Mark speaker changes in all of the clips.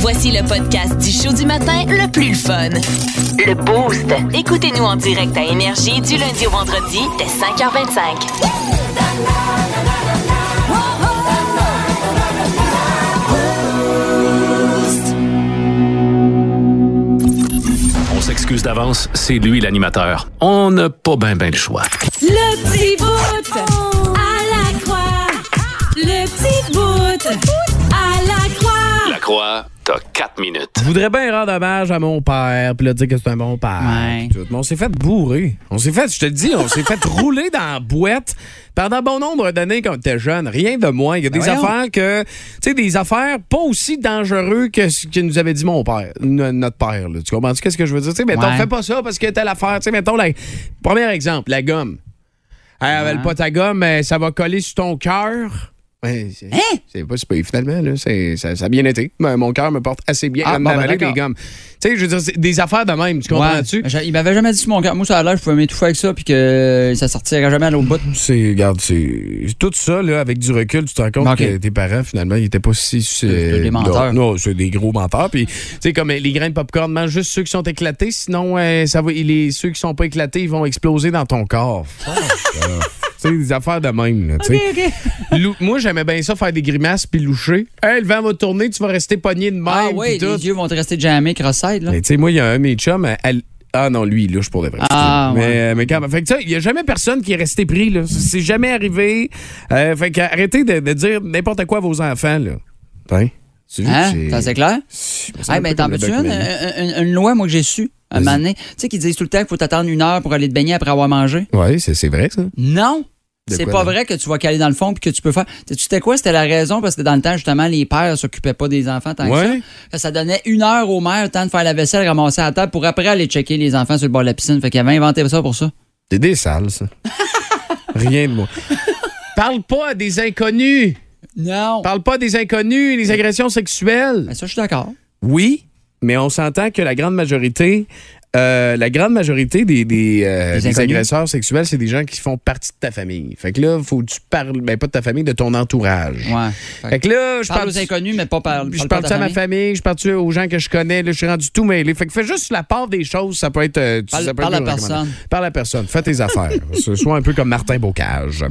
Speaker 1: Voici le podcast du show du matin le plus fun. Le Boost. Écoutez-nous en direct à Énergie du lundi au vendredi dès 5h25.
Speaker 2: On s'excuse d'avance, c'est lui l'animateur. On n'a pas ben ben le choix.
Speaker 3: Le petit bout à la croix. Le petit bout à la croix.
Speaker 2: La croix, t'as 4 minutes.
Speaker 4: Je voudrais bien rendre hommage à mon père, puis là, dire que c'est un bon père.
Speaker 5: Ouais.
Speaker 4: puis tout. Mais on s'est fait bourrer. On s'est fait, je te le dis, on s'est fait rouler dans la boîte pendant bon nombre d'années quand t'es jeune. Rien de moins. Il y a des
Speaker 5: voyons.
Speaker 4: affaires que, tu sais, des affaires pas aussi dangereuses que ce que nous avait dit mon père, no- notre père. là. Tu comprends-tu qu'est-ce que je veux dire? Tu sais, mettons,
Speaker 5: Ouais.
Speaker 4: fais pas ça parce que telle affaire. Tu sais, mettons, la- premier exemple, la gomme. Elle avale pas ta gomme, mais ça va coller sur ton cœur. Ouais, c'est-
Speaker 5: Hein?
Speaker 4: c'est pas super. Finalement, là, c'est- ça, ça a bien été. Mais Mon cœur me porte assez bien.
Speaker 5: Ah,
Speaker 4: à
Speaker 5: bon, ben,
Speaker 4: m'avaler des
Speaker 5: d'accord.
Speaker 4: gommes. Tu sais, je veux dire, c'est des affaires de même. Tu comprends-tu?
Speaker 5: Ouais. Je- Il m'avait jamais dit sur mon cœur. Moi, ça a l'air, je pouvais m'étouffer avec ça, puis que ça sortirait jamais à l'autre bout.
Speaker 4: C'est, regarde, c'est. Tout ça, là, avec du recul, tu te rends compte
Speaker 5: Ok.
Speaker 4: que tes parents, finalement, ils étaient pas si. euh,
Speaker 5: des menteurs.
Speaker 4: Non, c'est des gros menteurs. Puis, tu sais, comme euh, les grains de popcorn, mange juste ceux qui sont éclatés, sinon, euh, ça va, les, ceux qui sont pas éclatés, ils vont exploser dans ton corps. Tu sais, des affaires de même, là, tu sais. Lou- Moi, j'aimais bien ça, faire des grimaces puis loucher. Hey, le vent va tourner, tu vas rester pogné de même.
Speaker 5: Ah
Speaker 4: puis
Speaker 5: oui,
Speaker 4: tout.
Speaker 5: les yeux vont te rester jamais cross-side, là.
Speaker 4: Mais tu sais, moi, il y a un de mes chums, elle- elle- ah non, lui, il louche pour de vrai.
Speaker 5: Ah,
Speaker 4: excusez. mais,
Speaker 5: ouais.
Speaker 4: mais quand même. Fait que tu sais, il n'y a jamais personne qui est resté pris, là. C'est jamais arrivé. Euh, fait que arrêtez de, de dire n'importe quoi à vos enfants, là. Hein? Tu vois,
Speaker 5: Hein?
Speaker 4: c'est-
Speaker 5: Ça, c'est clair?
Speaker 4: c'est- c'est un
Speaker 5: Hey,
Speaker 4: peu
Speaker 5: ben, t'en
Speaker 4: comme le
Speaker 5: veux-tu
Speaker 4: Black
Speaker 5: une,
Speaker 4: Mamba.
Speaker 5: une, une- une loi, moi, que j'ai su un moment donné? Tu sais, qu'ils disent tout le temps qu'il faut t'attendre une heure pour aller te baigner après avoir mangé.
Speaker 4: Ouais, c'est c'est vrai, ça.
Speaker 5: Non!
Speaker 4: De
Speaker 5: C'est
Speaker 4: quoi,
Speaker 5: pas
Speaker 4: non?
Speaker 5: vrai que tu vas caler dans le fond puis que tu peux faire. Tu sais quoi? C'était la raison parce que dans le temps, justement, les pères s'occupaient pas des enfants tant que ça.
Speaker 4: Ouais.
Speaker 5: Fait que Ça donnait une heure aux mères, le temps de faire la vaisselle, ramasser à la table pour après aller checker les enfants sur le bord de la piscine. Fait qu'ils avaient inventé ça pour ça.
Speaker 4: C'est des sales, ça. Rien de moi. Parle pas des inconnus.
Speaker 5: Non!
Speaker 4: Parle pas des inconnus, les agressions sexuelles.
Speaker 5: Ben, ça, je suis d'accord.
Speaker 4: Oui, mais on s'entend que la grande majorité, euh, la grande majorité des, des, euh,
Speaker 5: Des
Speaker 4: des
Speaker 5: inconnus.
Speaker 4: agresseurs sexuels, c'est des gens qui font partie de ta famille. Fait que là, faut que tu parles, ben pas de ta famille, de ton entourage.
Speaker 5: Ouais.
Speaker 4: Fait que là, je
Speaker 5: parle
Speaker 4: parle,
Speaker 5: aux inconnus, mais pas par.
Speaker 4: je parle
Speaker 5: pas
Speaker 4: ça à
Speaker 5: ta
Speaker 4: ma famille, je parle aux gens que je connais, là, je suis rendu tout mêlé. Fait que fais juste la part des choses, ça peut être. euh, tu-
Speaker 5: Parle-
Speaker 4: ça peut
Speaker 5: parle
Speaker 4: être
Speaker 5: à
Speaker 4: une recommandation.
Speaker 5: personne.
Speaker 4: Parle à personne, fais tes affaires. Ce soit un peu comme Martin Bocage.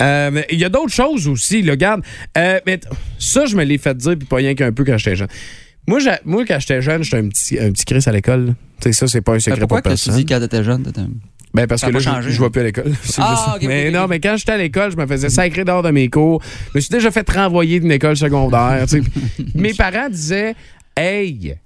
Speaker 4: Euh, mais Il y a d'autres choses aussi, là, regarde. Euh, mais t- ça, je me l'ai fait dire, puis pas rien qu'un peu quand j'étais jeune. Moi, j'a- moi quand j'étais jeune, j'étais un petit, un petit Chris à l'école. là. Tu sais, ça, c'est pas un
Speaker 5: Ben,
Speaker 4: secret
Speaker 5: pourquoi
Speaker 4: pour
Speaker 5: que tu dis
Speaker 4: personne.
Speaker 5: quand t'étais jeune? t'étais-
Speaker 4: Ben, parce
Speaker 5: ça
Speaker 4: que
Speaker 5: a pas
Speaker 4: là, je,
Speaker 5: changé?
Speaker 4: je vois plus à l'école. C'est
Speaker 5: Ah,
Speaker 4: juste ça.
Speaker 5: ok,
Speaker 4: mais
Speaker 5: ok,
Speaker 4: non,
Speaker 5: ok.
Speaker 4: mais quand j'étais à l'école, je me faisais sacré dehors de mes cours. Je me suis déjà fait renvoyer d'une école secondaire. tu sais. mes parents disaient Hey,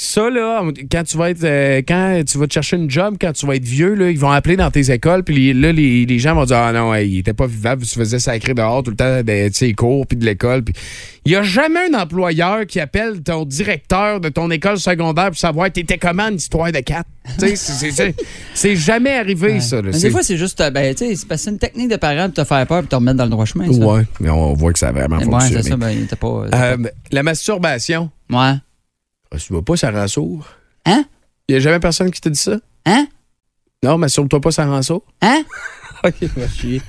Speaker 4: ça, là, quand tu vas être. euh, quand tu vas te chercher une job, quand tu vas être vieux, là, ils vont appeler dans tes écoles, puis les- là, les, les gens vont dire Ah non, hey, il était pas vivable, tu faisais sacré dehors tout le temps de tes cours, puis de l'école. Puis il y a jamais un employeur qui appelle ton directeur de ton école secondaire pour savoir t'étais comment une histoire de quatre. Tu sais, c'est- c'est- c'est- c'est jamais arrivé, ça. là.
Speaker 5: Mais
Speaker 4: C'est-
Speaker 5: des fois, c'est juste. euh, Ben, tu sais, c'est parce que c'est une technique de parent de te faire peur et te remettre dans le droit chemin. ça.
Speaker 4: Ouais, mais on voit que ça a vraiment
Speaker 5: Mais Ouais,
Speaker 4: fonctionné.
Speaker 5: c'est ça. Ben, t'es pas. t'es
Speaker 4: Euh, la masturbation.
Speaker 5: pas- Ouais.
Speaker 4: Ah, Tu vois pas, ça rend sourd.
Speaker 5: Hein?
Speaker 4: Il n'y a jamais personne qui t'a dit ça?
Speaker 5: Hein?
Speaker 4: Non, masturbe-toi pas, ça rend sourd.
Speaker 5: Hein?
Speaker 4: OK, va chier.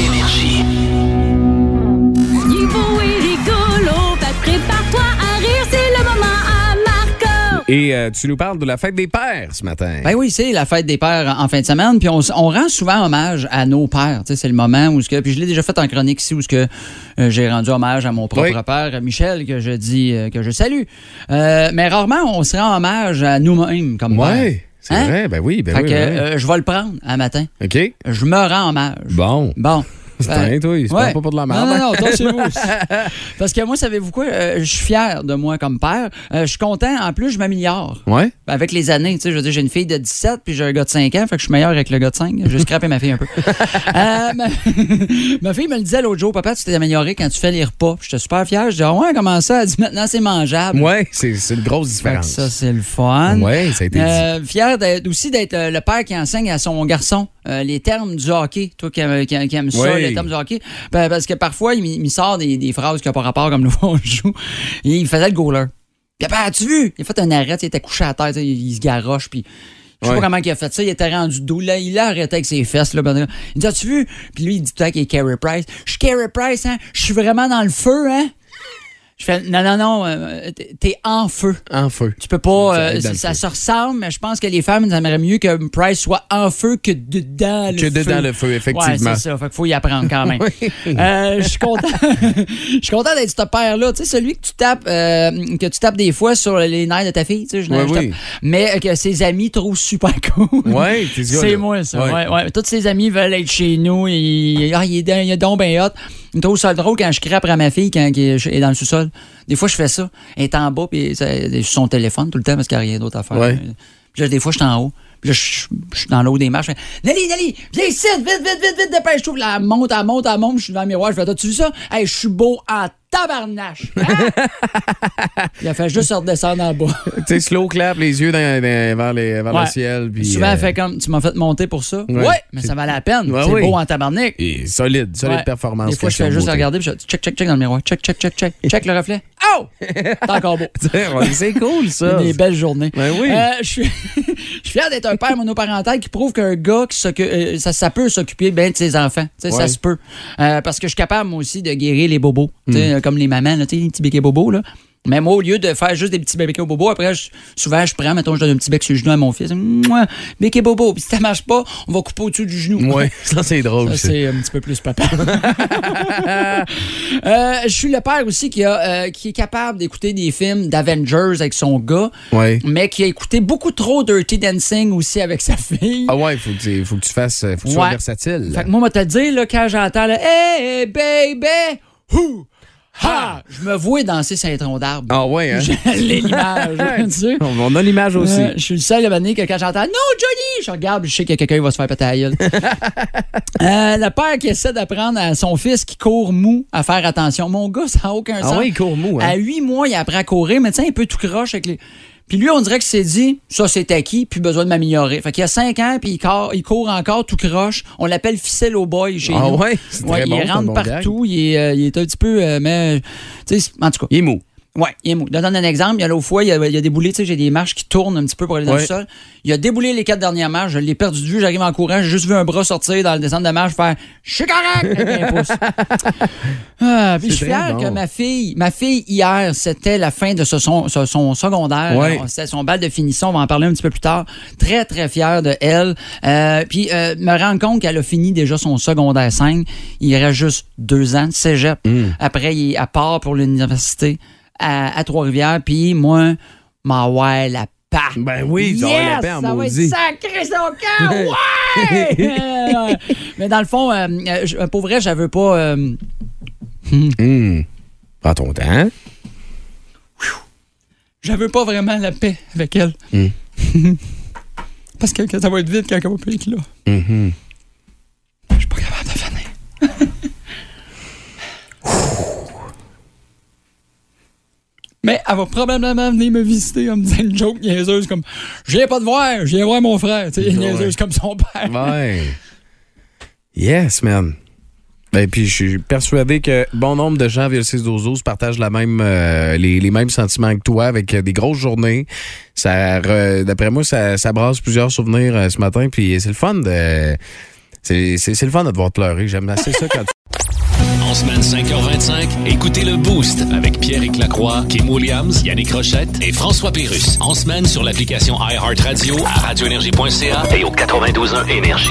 Speaker 3: Il est beau et rigolo, fait que prépare-toi à rire, c'est le moment à Marco.
Speaker 4: Et euh, tu nous parles de la fête des pères ce matin.
Speaker 5: Ben oui, c'est la fête des pères en fin de semaine. Puis on, s- on rend souvent hommage à nos pères. Tu sais, c'est le moment où ce que. Puis je l'ai déjà fait en chronique ici où ce que euh, j'ai rendu hommage à mon propre
Speaker 4: Oui.
Speaker 5: père, Michel, que je dis euh, que je salue. Euh, mais rarement on se rend hommage à nous-mêmes comme
Speaker 4: ouais, c'est
Speaker 5: Hein?
Speaker 4: vrai. Ben oui, ben
Speaker 5: père. Fait
Speaker 4: oui.
Speaker 5: que
Speaker 4: ben
Speaker 5: euh, je vais le prendre un matin.
Speaker 4: oui. OK.
Speaker 5: Je me rends hommage.
Speaker 4: Bon.
Speaker 5: Bon.
Speaker 4: C'est
Speaker 5: Ben,
Speaker 4: un, toi, il se prend pas pour de la merde.
Speaker 5: Non, non, non, attends, c'est vous. Parce que moi, savez-vous quoi? Euh, je suis fier de moi comme père. Euh, je suis content. En plus, je m'améliore. Ben,
Speaker 4: Ouais.
Speaker 5: Avec les années, tu sais, je veux dire, j'ai une fille de 17 puis j'ai un gars de 5 ans, fait que je suis meilleur avec le gars de 5. Je vais scraper ma fille un peu. Euh, ma... ma fille me le disait l'autre jour, papa, tu t'es amélioré quand tu fais les repas. Puis J'étais super fier. Je dis, Ah ouais, comment ça? Elle dit, maintenant c'est mangeable.
Speaker 4: Ouais, c'est c'est une grosse
Speaker 5: Fait que
Speaker 4: différence.
Speaker 5: ça, c'est le fun.
Speaker 4: Ouais, ça a été dit.
Speaker 5: Euh, fier d'être- aussi d'être euh, le père qui enseigne à son garçon euh, les termes du hockey. Toi qui, aime- qui aime- qui aime ça,
Speaker 4: Oui.
Speaker 5: les termes du hockey. Ben, parce que parfois, il m- il me sort des, des phrases qui n'ont pas rapport comme nous on joue. Et il faisait le goaler. Puis après, as-tu vu? Il a fait un arrêt, tu sais, il était couché à terre, tu sais, il, il se garoche, puis. Je sais
Speaker 4: Ouais.
Speaker 5: pas comment il a fait ça. Il était rendu doux. Là, il a arrêté avec ses fesses. Là, ben, là. il dit As-tu vu Puis lui, il dit tout le temps qu'il est Carey Price. Je suis Carey Price, hein Je suis vraiment dans le feu, hein Je fais Non, non, non, euh, t'es- t'es en feu.
Speaker 4: En feu.
Speaker 5: Tu peux pas.
Speaker 4: Ça
Speaker 5: euh,
Speaker 4: aide dans
Speaker 5: ça,
Speaker 4: le feu.
Speaker 5: se ressemble, mais je pense que les femmes elles aimeraient mieux que Price soit en feu que dedans le
Speaker 4: Que
Speaker 5: feu.
Speaker 4: dedans le feu, effectivement.
Speaker 5: Ouais, c'est ça. Fait qu'il faut y apprendre quand même. Euh, Je suis content. Je suis content d'être ce père-là. Tu sais, celui que tu tapes, euh, que tu tapes des fois sur les nerfs de ta fille, tu sais, je-
Speaker 4: Ouais,
Speaker 5: je tape.
Speaker 4: oui.
Speaker 5: mais euh, que ses amis trouvent super cool.
Speaker 4: Ouais, t'es ce gars-là.
Speaker 5: C'est moi, ça.
Speaker 4: Ouais.
Speaker 5: Ouais. Ouais, Tous ses amis veulent être chez nous. Ils- ah, il, est dans- il est donc bien hot. Je trouve ça drôle quand je crie après ma fille quand elle est dans le sous-sol. Des fois, je fais ça. Elle est en bas, puis ça- elle est sur son téléphone tout le temps parce qu'il n'y a rien d'autre à faire.
Speaker 4: Ouais.
Speaker 5: Puis là, des fois, je suis en haut. Puis là, je, je suis dans l'eau des marches. Je fais, Nelly, Nelly, viens ici, vite, vite, vite, vite, dépêche. Je trouve, là, elle monte, elle monte, elle monte. Je suis dans le miroir. Je fais, t'as-tu vu ça? Hey, je suis beau en tabarnache. Hein? il a fait juste se redescendre en bas.
Speaker 4: Tu sais, slow clap, les yeux dans- dans- vers, les- vers
Speaker 5: Ouais.
Speaker 4: le ciel. Puis,
Speaker 5: Souvent,
Speaker 4: euh,
Speaker 5: elle fait comme tu m'as fait monter pour ça.
Speaker 4: Ouais.
Speaker 5: Ouais, mais ça valait la peine.
Speaker 4: Ouais,
Speaker 5: c'est
Speaker 4: oui.
Speaker 5: beau en tabarnak.
Speaker 4: et solide, solide
Speaker 5: Ouais.
Speaker 4: performance.
Speaker 5: Des fois, je
Speaker 4: question
Speaker 5: fais juste
Speaker 4: beauté.
Speaker 5: regarder, puis je check, check, check dans le miroir. Check, check, check, check. Check le reflet. Oh! T'es encore beau.
Speaker 4: C'est cool, ça.
Speaker 5: Des belles journées.
Speaker 4: Ben oui.
Speaker 5: Euh, je suis je suis fier d'être un père monoparental qui prouve qu'un gars, qui s'occu- euh, ça, ça peut s'occuper bien de ses enfants. Tu sais,
Speaker 4: Ouais.
Speaker 5: Ça se peut. Euh, parce que je suis capable, moi aussi, de guérir les bobos. Tu sais,
Speaker 4: Hmm.
Speaker 5: euh, Comme les mamans, là, tu sais, les petits béquets bobos. Là. Mais moi, au lieu de faire juste des petits béquets bobos, après, je- souvent, je prends, mettons, je donne un petit bec sur le genou à mon fils. Mouah, Béquet bobo. Puis si ça marche pas, on va couper au-dessus du genou.
Speaker 4: Ouais, ça, c'est drôle.
Speaker 5: Ça,
Speaker 4: ça.
Speaker 5: c'est un petit peu plus papa. Euh, je suis le père aussi qui, a, euh, qui est capable d'écouter des films d'Avengers avec son gars,
Speaker 4: Ouais.
Speaker 5: mais qui a écouté beaucoup trop Dirty Dancing aussi avec sa fille.
Speaker 4: Ah ouais, faut que tu, faut que tu fasses, faut que tu sois
Speaker 5: Ouais.
Speaker 4: versatile.
Speaker 5: Fait que moi, moi, te le dire, là, quand j'entends le Hey, baby, hoo, ha, je me vois danser sur un tronc d'arbre.
Speaker 4: Ah ouais, hein?
Speaker 5: J'ai l'image, tu sais.
Speaker 4: On- On a l'image aussi.
Speaker 5: Euh, je suis le seul à que quand j'entends Non, Johnny, je regarde, je sais que quelqu'un va se faire péter la gueule. Euh, le père qui essaie d'apprendre à son fils qui court mou à faire attention. Mon gars, ça n'a aucun
Speaker 4: Ah
Speaker 5: sens.
Speaker 4: ouais, il court mou, hein?
Speaker 5: À huit mois, il apprend à courir, mais tu sais, un peu tout croche avec les. Puis lui, on dirait qu'il s'est dit, ça c'est acquis, puis besoin de m'améliorer. Fait qu'il a cinq ans, puis il court, il court encore tout croche. On l'appelle ficelle au boy chez
Speaker 4: Ah
Speaker 5: nous.
Speaker 4: ouais, c'est très bon,
Speaker 5: il
Speaker 4: c'est un
Speaker 5: rentre
Speaker 4: bon gag.
Speaker 5: partout, il est, euh, il est un petit peu, euh, mais, tu sais, en tout cas.
Speaker 4: Il est mou.
Speaker 5: Ouais, il est mou. Je te donne un exemple. Il y a l'autre fois, il y a, il y a déboulé, tu sais, j'ai des marches qui tournent un petit peu pour aller dans
Speaker 4: Ouais.
Speaker 5: le sol. Il a déboulé les quatre dernières marches. Je l'ai perdu de vue. J'arrive en courant. J'ai juste vu un bras sortir dans le descente de marche faire Je suis correct avec un pouce. Ah, puis je suis
Speaker 4: C'est très
Speaker 5: fier
Speaker 4: bon.
Speaker 5: que ma fille, ma fille hier, c'était la fin de ce son, ce- son secondaire.
Speaker 4: Ouais.
Speaker 5: On- C'était son bal de finition. On va en parler un petit peu plus tard. Très, très fier de elle. Euh, puis euh, me rendre compte qu'elle a fini déjà son secondaire 5. Il reste juste deux ans de cégep.
Speaker 4: Mm.
Speaker 5: Après, il, elle part pour l'université à, à Trois-Rivières. Puis moi, ma ouais, la paix.
Speaker 4: Ben oui, tu vas avoir la
Speaker 5: Yes,
Speaker 4: paix en
Speaker 5: ça va être
Speaker 4: maudit.
Speaker 5: sacré son camp. Ouais! Euh, Mais dans le fond, euh, euh, je- pour vrai, je veux pas. euh,
Speaker 4: Prends ton temps.
Speaker 5: je veux pas vraiment la paix avec elle.
Speaker 4: Mm.
Speaker 5: Parce que que ça va être vite quand elle va plus être là.
Speaker 4: Mm-hmm.
Speaker 5: Je suis pas capable de finir. Mais elle va probablement venir me visiter en me disant une joke niaiseuse comme Je viens pas te voir, je viens voir mon frère. Tu sais, niaiseuse comme son père.
Speaker 4: Ouais. Yes, man. Et puis, je suis persuadé que bon nombre de gens via le 6 12 12 partagent la même, euh, les, les mêmes sentiments que toi avec euh, des grosses journées. Ça, re- d'après moi, ça, ça brasse plusieurs souvenirs euh, ce matin. Puis c'est le fun de, c'est, c'est, c'est le fun de te voir pleurer. J'aime assez ça quand tu
Speaker 2: En semaine 5h25, écoutez le Boost avec Pierre Lacroix, Kim Williams, Yannick Rochette et François Pérus. En semaine sur l'application iHeartRadio à radioénergie.ca et au 92.1 Énergie.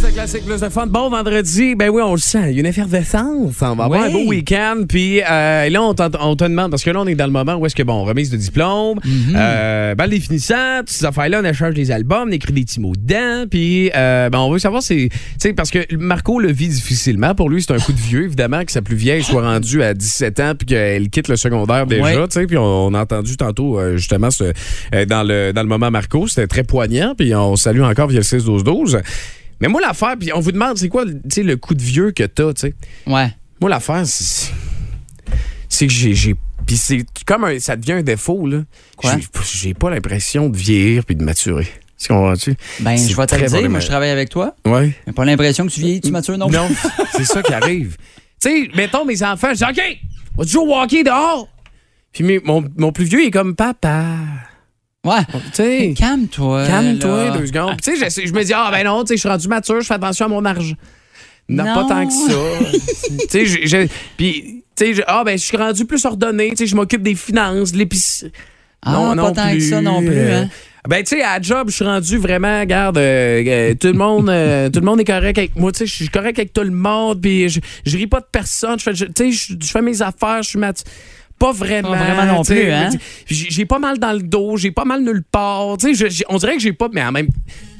Speaker 4: Plus de classique, plus de fun. Bon vendredi, ben oui, on le sent. Il y a une effervescence. On va avoir
Speaker 5: Oui.
Speaker 4: un beau week-end. Puis euh, là, on, t'en- on te demande, parce que là, on est dans le moment où est-ce que, bon, remise de diplôme,
Speaker 5: Mhm.
Speaker 4: euh, balle des finissants, toutes ces affaires-là, on échange des albums, on écrit des petits mots dedans. Puis, euh, ben, on veut savoir, c'est. Tu sais, parce que Marco le vit difficilement. Pour lui, c'est un coup de vieux, évidemment, que sa plus vieille soit rendue à 17 ans, puis qu'elle quitte le secondaire déjà.
Speaker 5: Ouais.
Speaker 4: tu sais. Puis on, on a entendu tantôt, euh, justement, ce- euh, dans, le, dans le moment Marco, c'était très poignant. Puis on salue encore via le 6-12-12. Mais moi, l'affaire, puis on vous demande, c'est quoi tu sais, le coup de vieux que t'as, tu sais?
Speaker 5: Ouais.
Speaker 4: Moi, l'affaire, c'est c'est que j'ai. j'ai- Puis c'est comme un- ça devient un défaut, là.
Speaker 5: Quoi?
Speaker 4: J'ai- J'ai pas l'impression de vieillir puis de maturer. Tu comprends-tu?
Speaker 5: Ben,
Speaker 4: C'est
Speaker 5: je vais te le
Speaker 4: très
Speaker 5: dire,
Speaker 4: bon,
Speaker 5: moi,
Speaker 4: mais-
Speaker 5: je travaille avec toi.
Speaker 4: Ouais.
Speaker 5: J'ai pas l'impression que tu vieillis, tu matures, non?
Speaker 4: Non, c'est ça qui arrive. Tu sais, mettons mes enfants, je dis OK, on va toujours walker dehors. Puis mes- mon, mon plus vieux, il est comme papa.
Speaker 5: Ouais.
Speaker 4: Tu sais.
Speaker 5: Calme-toi.
Speaker 4: Calme-toi
Speaker 5: là.
Speaker 4: deux secondes. Puis Tu sais, j'essaie- je me dis, ah ben non, tu sais, je suis rendu mature, je fais attention à mon argent. Non,
Speaker 5: Non.
Speaker 4: pas tant que ça. tu sais, je- je- puis, tu sais, je- ah ben, je suis rendu plus ordonné, tu sais, je m'occupe des finances, de l'épicerie.
Speaker 5: Ah, pas tant que ça non plus,
Speaker 4: euh,
Speaker 5: hein.
Speaker 4: Ben, tu sais, à la job, je suis rendu vraiment, regarde, euh, euh, tout, le monde, euh, tout le monde est correct avec moi. Tu sais, je suis correct avec tout le monde, puis je, je ris pas de personne. Je fais, je- tu sais, je, je fais mes affaires, je suis mat- Pas vraiment.
Speaker 5: vraiment non
Speaker 4: tu sais,
Speaker 5: plus, hein?
Speaker 4: J'ai j'ai pas mal dans le dos, j'ai pas mal nulle part. Tu sais, je- j'ai- on dirait que j'ai pas, mais en même,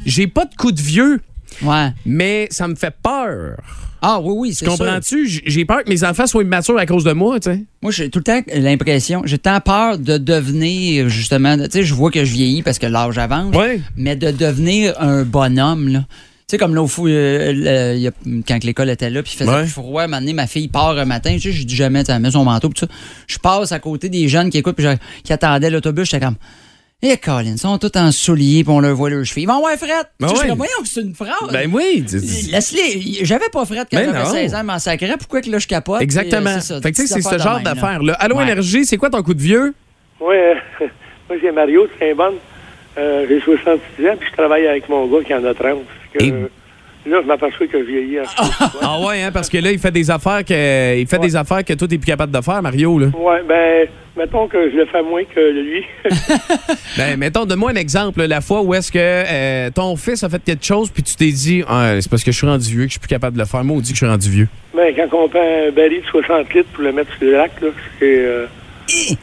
Speaker 4: j'ai pas de coup de vieux,
Speaker 5: Ouais.
Speaker 4: mais ça me fait peur.
Speaker 5: Ah, oui, oui, c'est
Speaker 4: Tu
Speaker 5: sûr.
Speaker 4: comprends-tu? J'ai- J'ai peur que mes enfants soient immatures à cause de moi, tu sais.
Speaker 5: Moi, j'ai tout le temps l'impression, j'ai tant peur de devenir, justement, tu sais, je vois que je vieillis parce que l'âge avance,
Speaker 4: Ouais.
Speaker 5: mais de devenir un bonhomme, là. Tu sais, comme là, au fou, euh, le- il y a- quand que l'école était là, puis il faisait
Speaker 4: Ouais.
Speaker 5: plus froid, un moment donné, ma fille part un matin, tu sais, je dis jamais, tu sais, elle met son manteau, puis tout ça. Je passe à côté des jeunes qui écoutent, puis je- qui attendaient l'autobus, j'étais comme, eh, Colin, ils sont tous en souliers, puis on leur voit leurs cheveux. Ils vont voir Fred! Tu
Speaker 4: Ben
Speaker 5: sais, je suis
Speaker 4: ouais. Ben
Speaker 5: comme, voyons, c'est une phrase!
Speaker 4: oui.
Speaker 5: Laisse-les. J'avais pas Fred quand
Speaker 4: Ben
Speaker 5: j'avais
Speaker 4: non.
Speaker 5: 16 ans, m'en sacrait. Pourquoi que là, je capote?
Speaker 4: Exactement.
Speaker 5: Puis, euh, c'est ça,
Speaker 4: fait que tu sais, c'est
Speaker 5: petites
Speaker 4: ce
Speaker 5: affaires
Speaker 4: genre
Speaker 5: de même, là.
Speaker 4: d'affaires-là. Allô,
Speaker 5: Ouais.
Speaker 4: Énergie, c'est quoi ton coup de vieux?
Speaker 6: Moi, euh, moi j'ai Mario de Saint-Bonne. Euh, j'ai 66 ans, puis je travaille avec mon gars qui en a 30. Fait que,
Speaker 4: Et-
Speaker 6: euh, Là, je m'aperçois que je vieillis. en fait.
Speaker 4: Ah ouais, hein, parce que là, il fait des affaires que, il fait des affaires que toi, t'es plus capable de faire, Mario. Là.
Speaker 6: ouais, ben, mettons que je le fais moins que lui.
Speaker 4: Ben, mettons, donne-moi un exemple. là, La fois où est-ce que euh, ton fils a fait quelque chose, puis tu t'es dit, Ah, c'est parce que je suis rendu vieux que je suis plus capable de le faire. Moi, on dit que je suis rendu vieux.
Speaker 6: ben, quand on prend un baril de 60 litres pour le mettre sur le lac, là, c'est, euh, c'est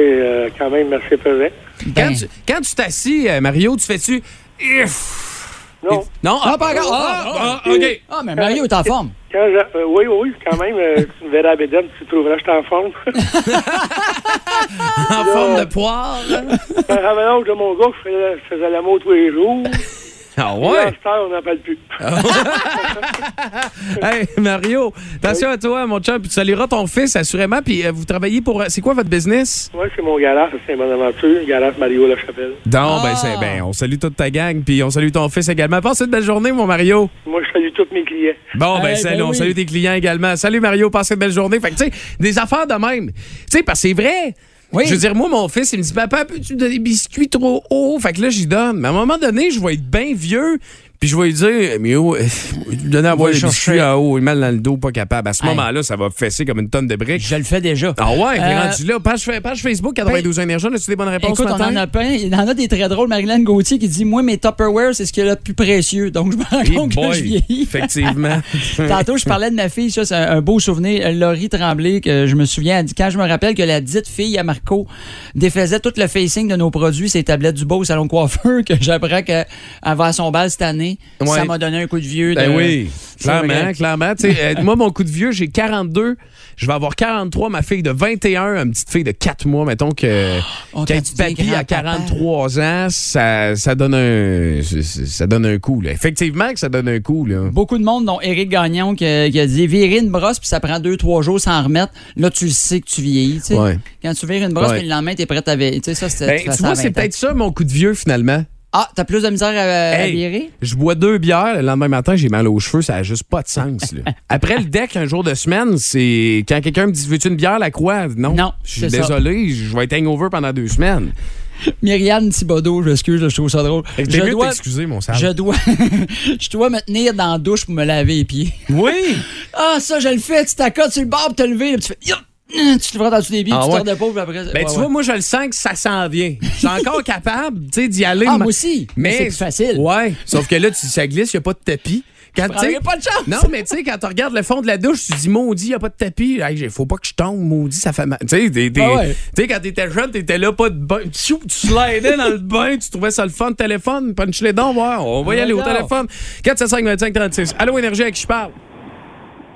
Speaker 6: euh, quand même assez pesant.
Speaker 4: Quand
Speaker 5: Ben.
Speaker 4: tu quand tu t'assis, euh, Mario, tu fais-tu. Iff!
Speaker 6: Non,
Speaker 4: Non, ah,
Speaker 5: pas encore.
Speaker 4: Ah,
Speaker 5: Ah,
Speaker 4: ah, OK.
Speaker 5: Ah, mais Mario est en forme.
Speaker 6: quand je- euh, oui, oui, quand même, euh, tu me verras à Bédène, tu trouveras que je suis en forme.
Speaker 4: En forme de poire.
Speaker 6: Avant l'âge de mon gars, je faisais, je faisais l'amour tous les jours.
Speaker 4: Ah
Speaker 6: Là, à
Speaker 4: ouais. Ah.
Speaker 6: cette heure, on n'en parle plus.
Speaker 4: Hey, Mario, attention à toi, mon chum. Puis tu salueras ton fils, assurément. Puis euh, vous travaillez pour. euh, C'est quoi votre business?
Speaker 6: Moi, c'est mon garage, c'est mon aventure, garage Mario Lachapelle.
Speaker 4: Non,
Speaker 5: Ah.
Speaker 4: ben, c'est, ben, on salue toute ta gang, puis on salue ton fils également. Passe une belle journée, mon Mario.
Speaker 6: Moi, je salue tous mes clients.
Speaker 4: Bon, ben,
Speaker 5: Eh,
Speaker 4: salut,
Speaker 5: ben
Speaker 4: on
Speaker 5: oui.
Speaker 4: salue tes clients également. Salut, Mario, passe une belle journée. Fait que, tu sais, des affaires de même. Tu sais, parce que c'est vrai.
Speaker 5: Oui.
Speaker 4: Je veux dire, moi, mon fils, il me dit, papa, peux-tu me donner des biscuits trop haut? Fait que là, j'y donne. Mais à un moment donné, je vais être bien vieux, puis je vais lui dire, euh, Mio, tu me donner à boire
Speaker 5: le
Speaker 4: les
Speaker 5: chercher.
Speaker 4: biscuits en haut, il a mal dans le dos, pas capable. À ce
Speaker 5: Hey.
Speaker 4: moment-là, ça va fesser comme une tonne de briques.
Speaker 5: Je le fais déjà.
Speaker 4: Ah ouais, t'es
Speaker 5: Euh, ben,
Speaker 4: rendu là. Page, page Facebook, 92 Énergie, as-tu des bonnes réponses
Speaker 5: Écoute,
Speaker 4: ce
Speaker 5: on
Speaker 4: matin?
Speaker 5: en a plein. Il y en a des très drôles. Marilyn Gauthier qui dit Moi, mes Tupperware, c'est ce qu'il y a de plus précieux. Donc, je me rends
Speaker 4: Eh
Speaker 5: compte que
Speaker 4: boy,
Speaker 5: je vieillis.
Speaker 4: Effectivement.
Speaker 5: Tantôt, je parlais de ma fille, ça, c'est un un beau souvenir. Euh, Laurie Tremblay, que je me souviens, elle dit quand je me rappelle que la dite fille à Marco défaisait tout le facing de nos produits, ses tablettes du beau au salon de coiffeur, que j'apprends qu'elle va à son bal cette année,
Speaker 4: Ouais.
Speaker 5: ça m'a donné un coup de vieux.
Speaker 4: Ben
Speaker 5: de-
Speaker 4: oui,
Speaker 5: C'est
Speaker 4: clairement,
Speaker 5: vrai.
Speaker 4: clairement. Tu sais, euh, moi, mon coup de vieux, j'ai 42. Je vais avoir 43. Ma fille de 21, une petite fille de 4 mois, mettons que.
Speaker 5: Oh,
Speaker 4: quand
Speaker 5: quand
Speaker 4: tu
Speaker 5: tu deviens
Speaker 4: papy à
Speaker 5: grand-papa.
Speaker 4: 43 ans, ça, ça donne un. c'est- c'est- Ça donne un coup, là. Effectivement que ça donne un coup, là.
Speaker 5: Beaucoup de monde, dont Éric Gagnon, qui, qui a dit virer une brosse, puis ça prend deux, trois jours sans remettre. Là, tu le sais que tu vieillis. tu sais.
Speaker 4: Ouais.
Speaker 5: Quand tu vires une brosse,
Speaker 4: Ouais.
Speaker 5: puis le lendemain, t'es prêt à veiller. Tu sais, ça, c'était-
Speaker 4: Ben,
Speaker 5: tu fais
Speaker 4: tu
Speaker 5: ça à
Speaker 4: vois, c'est
Speaker 5: 20 ans.
Speaker 4: peut-être ça, mon coup de vieux, finalement.
Speaker 5: Ah, t'as plus de misère à, à
Speaker 4: Hey,
Speaker 5: virer?
Speaker 4: je bois deux bières, le lendemain matin, j'ai mal aux cheveux, ça n'a juste pas de sens. là. Après le deck, un jour de semaine, c'est quand quelqu'un me dit Veux-tu une bière, la croix Non.
Speaker 5: Non,
Speaker 4: je suis
Speaker 5: c'est ça.
Speaker 4: désolé, je vais être hangover pendant deux semaines.
Speaker 5: Myriam Thibodeau, je m'excuse, je trouve ça drôle.
Speaker 4: T'es mieux
Speaker 5: Je
Speaker 4: de
Speaker 5: dois,
Speaker 4: t'excuser, mon sale.
Speaker 5: je dois, je dois me tenir dans la douche pour me laver les pieds.
Speaker 4: Oui!
Speaker 5: Ah, ça, je le fais. Tu t'accotes sur le bord, puis te lever, là, puis tu fais. Yup! Tu te prends dans le dessous des pieds,
Speaker 4: Ah
Speaker 5: tu
Speaker 4: ouais.
Speaker 5: te reposes, puis après.
Speaker 4: Ben,
Speaker 5: ouais,
Speaker 4: tu
Speaker 5: ouais.
Speaker 4: vois, moi, je le sens que ça s'en vient. Je suis encore capable, tu sais, d'y aller.
Speaker 5: Ah,
Speaker 4: ma-
Speaker 5: moi aussi. Mais c'est plus facile.
Speaker 4: Ouais. Sauf que là, tu, ça glisse, il n'y a pas de tapis. Quand, tu sais-
Speaker 5: prendrais pas de chance.
Speaker 4: Non, mais tu sais, quand tu regardes le fond de la douche, tu te dis, maudit, il n'y a pas de tapis. Hey, j'ai- faut pas que je tombe, maudit, ça fait mal. Tu sais, t'es- t'es-
Speaker 5: Ah ouais.
Speaker 4: tu sais, quand t'étais jeune, t'étais là, pas de bain. Tchou, Tu slidais dans le bain, tu trouvais ça le fun. Téléphone, punch les dents, voir. On va y aller au
Speaker 5: Regarde.
Speaker 4: téléphone. 475 25 36. Allô, Énergie, avec qui je parle?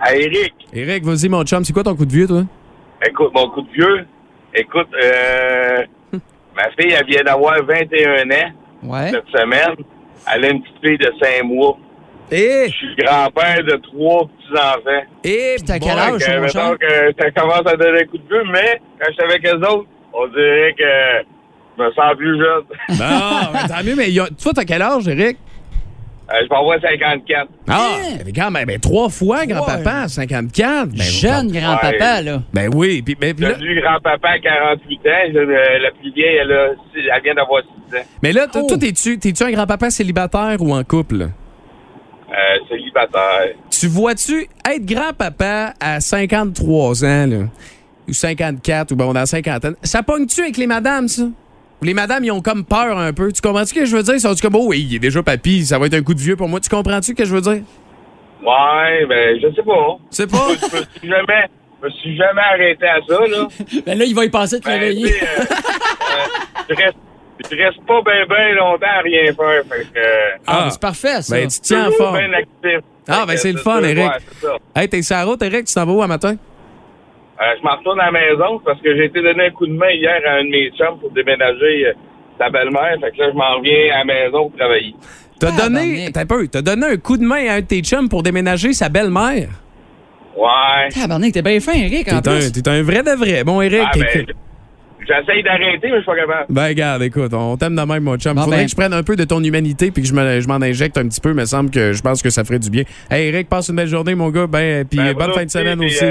Speaker 7: À Eric,
Speaker 4: Eric, vas-y, mon chum, c'est quoi ton coup de vieux, toi?
Speaker 7: écoute, mon coup de vieux, écoute, euh, ma fille, elle vient d'avoir 21 ans
Speaker 5: Ouais.
Speaker 7: cette semaine. Elle a une petite fille de 5 mois.
Speaker 4: Eh!
Speaker 7: Je suis grand-père de trois petits-enfants.
Speaker 4: Eh!
Speaker 5: Puis t'as quel
Speaker 4: boy,
Speaker 5: âge,
Speaker 7: Euh,
Speaker 5: mon cher?
Speaker 7: mettons que ça commence à donner un coup de vieux, mais quand j'étais avec eux autres, on dirait que je me sens plus jeune. Euh,
Speaker 4: Non, mais ben, ah, tant mieux, mais y a- toi, t'as quel âge, Eric?
Speaker 7: Euh, je vais avoir 54.
Speaker 4: Ah,
Speaker 5: Hein?
Speaker 4: mais quand même, ben, trois fois grand-papa, à 54. Ben,
Speaker 5: Jeune grand-papa,
Speaker 7: Ouais.
Speaker 5: là.
Speaker 4: Ben oui, puis ben, puis
Speaker 7: J'ai
Speaker 4: là-
Speaker 7: devenu grand-papa à 48 ans. Je- euh, la plus vieille, elle, a six- elle vient d'avoir 6 ans.
Speaker 4: mais là, t-
Speaker 5: Oh.
Speaker 4: toi, t'es-tu t'es-tu un grand-papa célibataire ou en couple?
Speaker 7: Euh, célibataire.
Speaker 4: Tu vois-tu être grand-papa à 53 ans, là, ou 54, ou bon, dans la cinquantaine, ça pogne-tu avec les madames, ça? Ou Les madames, ils ont comme peur un peu. Tu comprends-tu ce que je veux dire? Ils sont comme, oh oui, il est déjà papy, ça va être un coup de vieux pour moi. Tu comprends-tu ce que je veux dire?
Speaker 7: Ouais, ben, je sais pas.
Speaker 4: C'est pas.
Speaker 7: je me suis jamais, je me suis jamais arrêté à ça, là.
Speaker 5: Ben là, il va y passer de te
Speaker 7: Ben, tu
Speaker 5: réveiller.
Speaker 7: sais, euh, euh, je reste, je reste pas bien, bien longtemps à rien faire. Fait que, euh,
Speaker 5: Ah, c'est parfait, ça.
Speaker 4: Ben, tu te tiens en
Speaker 7: toujours
Speaker 4: forme.
Speaker 7: bien actif.
Speaker 4: Ah,
Speaker 7: Fait
Speaker 4: ben,
Speaker 7: que
Speaker 4: c'est le
Speaker 7: ça,
Speaker 4: fun,
Speaker 7: ça,
Speaker 4: Eric.
Speaker 7: ouais, c'est ça.
Speaker 4: Hey, t'es sur la route, Eric, tu t'en vas où à matin?
Speaker 7: Euh, je m'en retourne à la maison parce que j'ai été donné un coup de main hier à un de mes chums pour déménager euh, sa belle-mère. Fait que là, je m'en reviens à la maison pour travailler.
Speaker 4: T'as
Speaker 5: Ah,
Speaker 4: donné,
Speaker 5: Dominique.
Speaker 4: t'as peu, t'as donné un coup de main à un de tes chums pour déménager sa belle-mère.
Speaker 7: Ouais.
Speaker 5: Tabarnak, t'es bien fin, Eric, en
Speaker 4: T'es un,
Speaker 5: plus.
Speaker 4: t'es un vrai de vrai. Bon, Eric.
Speaker 7: Ah,
Speaker 4: écoute-
Speaker 7: ben, j'essaye d'arrêter, mais je suis pas capable.
Speaker 4: Ben, regarde, écoute, on t'aime de même, mon chum.
Speaker 5: Bon,
Speaker 4: Faudrait
Speaker 5: ben-
Speaker 4: que je prenne un peu de ton humanité puis que je me- je m'en injecte un petit peu. me semble que je pense que ça ferait du bien. Hey, Eric, passe une belle journée, mon gars. Ben, puis
Speaker 7: Ben,
Speaker 4: bonne
Speaker 7: vous
Speaker 4: fin de semaine
Speaker 7: puis,
Speaker 4: aussi.
Speaker 7: euh,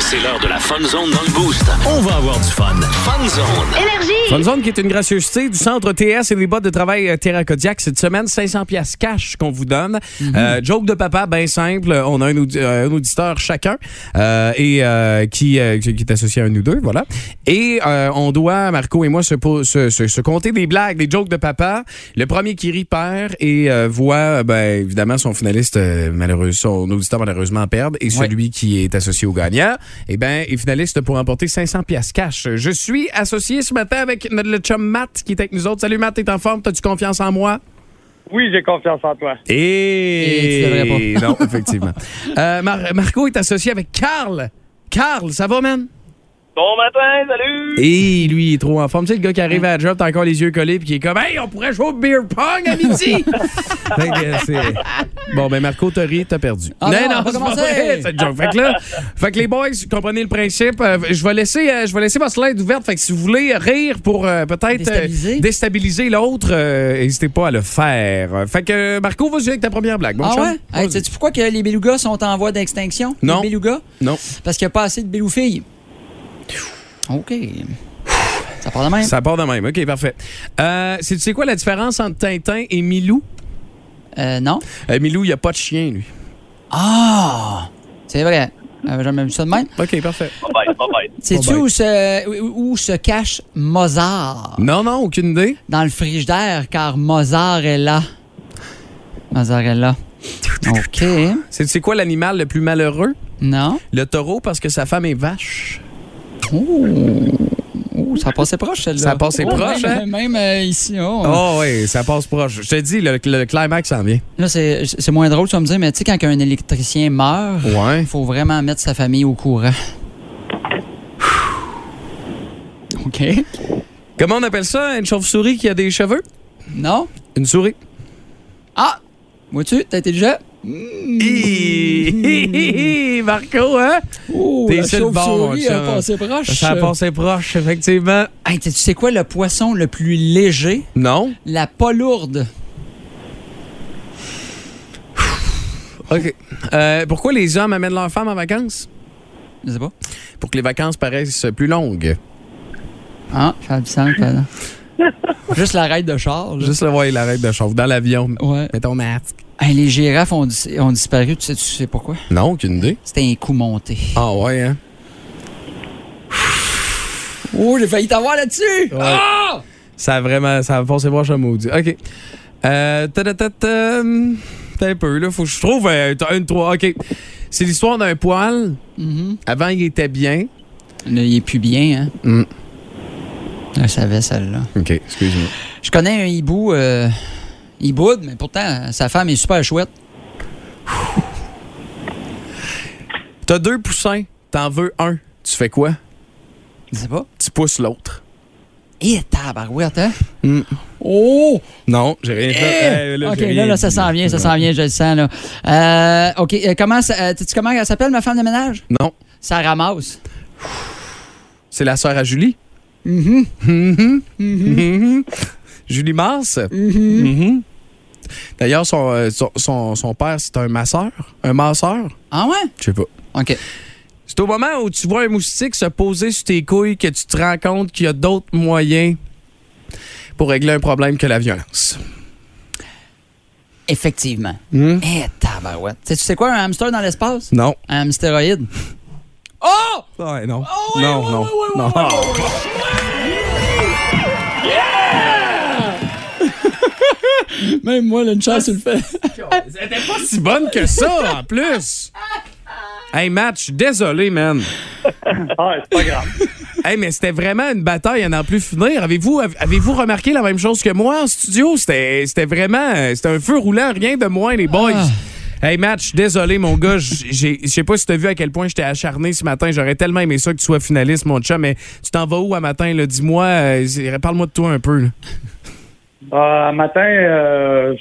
Speaker 2: C'est l'heure de la Fun Zone dans le Boost. On va avoir du fun. Fun Zone.
Speaker 4: Fun Zone qui est une gracieuseté du centre TS et des bottes de travail euh, Terra Kodiak. Cette semaine, 500 pièces cash qu'on vous donne. Euh, joke de papa, bien simple. On a un, audi- euh, un auditeur chacun euh, et euh, qui, euh, qui qui est associé à un ou deux, voilà. Et euh, on doit, Marco et moi, se, po- se, se- se compter des blagues, des jokes de papa. Le premier qui rit perd et euh, voit, euh, ben, évidemment, son finaliste, euh, malheureux, son auditeur malheureusement perdre et
Speaker 5: Ouais.
Speaker 4: celui qui est associé au gagnant, eh ben, est finaliste pour emporter 500 pièces cash. Je suis associé ce matin avec notre, le chum Matt qui est avec nous autres. Salut Matt, t'es en forme? T'as-tu confiance en moi?
Speaker 6: Oui, j'ai confiance en toi.
Speaker 5: Et
Speaker 4: Et...
Speaker 5: tu devrais
Speaker 4: Non, effectivement. Euh, Mar- Marco est associé avec Carl. Carl, ça va, man?
Speaker 6: Bon matin, salut!
Speaker 4: Et lui, il est trop en forme. Tu sais, le gars qui arrive à la job, t'as encore les yeux collés, puis qui est comme, hey, on pourrait jouer au beer pong à midi! Fait que, euh, c'est- bon, ben, Marco, t'as ri, t'as perdu.
Speaker 5: Ah non, on va
Speaker 4: c'est pas
Speaker 5: commencer.
Speaker 4: vrai, cette joke. Fait que là, fait que les boys, vous comprenez le principe. Euh, je vais laisser, euh, je vais laisser votre slide ouverte. Fait que si vous voulez rire pour euh, peut-être euh,
Speaker 5: Déstabiliser.
Speaker 4: déstabiliser l'autre, euh, n'hésitez pas à le faire. Fait que, euh, Marco, vas-y avec ta première blague. Bon,
Speaker 5: Ah
Speaker 4: chum?
Speaker 5: ouais? Hey,
Speaker 4: Vas-y.
Speaker 5: sais-tu pourquoi que les belugas sont en voie d'extinction?
Speaker 4: Non.
Speaker 5: Les belugas?
Speaker 4: Non.
Speaker 5: Parce qu'il n'y a pas assez de beloufilles. OK. Ça part de même.
Speaker 4: Ça part de même. OK, parfait. Euh, c'est- tu sais quoi la différence entre Tintin et Milou?
Speaker 5: Euh, non.
Speaker 4: Euh, Milou, il n'y a pas de chien, lui.
Speaker 5: Ah! C'est vrai. J'avais jamais vu ça de même.
Speaker 4: OK, parfait.
Speaker 7: Bye bye, bye bye.
Speaker 5: Sais-tu
Speaker 4: ben.
Speaker 5: où, se, où, où se cache Mozart?
Speaker 4: Non, non, aucune idée.
Speaker 5: Dans le frigidaire, car Mozart est là. Mozart est là. OK.
Speaker 4: C'est c'est quoi l'animal le plus malheureux?
Speaker 5: Non.
Speaker 4: Le taureau parce que sa femme est vache.
Speaker 5: Ouh, ça passait proche, celle-là.
Speaker 4: Ça passait
Speaker 5: Oh,
Speaker 4: proche,
Speaker 5: même,
Speaker 4: hein?
Speaker 5: Même euh, ici, oh.
Speaker 4: Oh oui, ça passe proche. Je te dis, le, le climax s'en vient.
Speaker 5: Là, c'est c'est moins drôle, tu vas me dire, mais tu sais, quand un
Speaker 4: Oh.
Speaker 5: électricien meurt,
Speaker 4: Ouais.
Speaker 5: il faut vraiment mettre sa famille au courant. OK.
Speaker 4: Comment on appelle ça, une chauve-souris qui a des cheveux?
Speaker 5: Non?
Speaker 4: Une souris.
Speaker 5: Ah! Vois-tu, t'as été déjà?
Speaker 4: Mmh. Marco, hein?
Speaker 5: Oh,
Speaker 4: T'es sur le bord, mon chum.
Speaker 5: proche.
Speaker 4: Ça a passé proche, effectivement.
Speaker 5: Hey, tu sais quoi, le poisson le plus léger?
Speaker 4: Non?
Speaker 5: La palourde.
Speaker 4: OK. Euh, pourquoi les hommes amènent leurs femmes en vacances?
Speaker 5: Je sais pas.
Speaker 4: Pour que les vacances paraissent plus longues.
Speaker 5: Ah, ça a du sens, pardon. Juste la raide de char. là.
Speaker 4: Juste le voir, l'arrêt de chauffe dans l'avion.
Speaker 5: Ouais.
Speaker 4: Mets ton masque.
Speaker 5: Hey, les girafes ont, dis- ont disparu, tu sais, tu sais pourquoi?
Speaker 4: Non, aucune idée.
Speaker 5: C'était un coup monté.
Speaker 4: Ah ouais, hein?
Speaker 5: Oh, j'ai failli t'avoir là-dessus! Ah!
Speaker 4: Ça a vraiment. Ça a passé proche un maudit. OK. Euh. ta hum, T'as un peu, là. Faut que je trouve euh, t'as une, trois. OK. C'est l'histoire d'un poil.
Speaker 5: Mhm.
Speaker 4: Avant, il était bien.
Speaker 5: Là, il est plus bien, hein?
Speaker 4: Mm.
Speaker 5: Je savais celle-là.
Speaker 4: OK, excuse-moi.
Speaker 5: Je connais un hibou. Euh, hiboude, mais pourtant, sa femme est super chouette.
Speaker 4: T'as deux poussins. T'en veux un. Tu fais quoi?
Speaker 5: Je sais pas.
Speaker 4: Tu pousses l'autre.
Speaker 5: Et tabarouette, hein?
Speaker 4: Mm.
Speaker 5: Oh!
Speaker 4: Non, j'ai rien fait.
Speaker 5: Eh!
Speaker 4: Eh, là,
Speaker 5: OK,
Speaker 4: j'ai
Speaker 5: là,
Speaker 4: rien
Speaker 5: là, ça
Speaker 4: dit.
Speaker 5: s'en vient, ça s'en vient, je le sens, là. Euh, OK, euh, comment, ça- euh, sais-tu comment elle s'appelle, ma femme de ménage?
Speaker 4: Non.
Speaker 5: Ça ramasse.
Speaker 4: C'est la sœur à Julie.
Speaker 5: Mm-hmm.
Speaker 4: Mhm. Julie Mars.
Speaker 5: Mm-hmm.
Speaker 4: Mhm. D'ailleurs, son, euh, son, son- son père, c'est un masseur. Un masseur?
Speaker 5: Ah ouais?
Speaker 4: Je sais pas.
Speaker 5: OK.
Speaker 4: C'est au moment où tu vois un moustique se poser sur tes couilles que tu te rends compte qu'il y a d'autres moyens pour régler un problème que la violence.
Speaker 5: Effectivement.
Speaker 4: Hmm?
Speaker 5: Eh tabarouette. Tu sais- tu sais quoi, un hamster dans l'espace?
Speaker 4: Non.
Speaker 5: Un hamstéroïde? Oh!
Speaker 4: non.
Speaker 5: ouais,
Speaker 4: non,
Speaker 5: ouais,
Speaker 4: non.
Speaker 5: ouais, ouais,
Speaker 4: non.
Speaker 5: Même moi, là, une chance, tu le fais.
Speaker 4: Pas si bonne que ça, en plus. Hey, Matt, je suis désolé, man.
Speaker 6: Ah, c'est pas grave.
Speaker 4: Hey, mais c'était vraiment une bataille à n'en plus finir. Avez-vous avez remarqué la même chose que moi en studio? C'était c'était vraiment... euh, C'était un feu roulant, rien de moins, les boys. Hey, Matt, je suis désolé, mon gars. J- j'ai- Je sais pas si t'as vu à quel point j'étais acharné ce matin. J'aurais tellement aimé ça que tu sois finaliste, mon chat, mais tu t'en vas où à matin? là? Dis-moi, euh, c'est- parle-moi de toi un peu. là.
Speaker 6: Ah, matin, euh,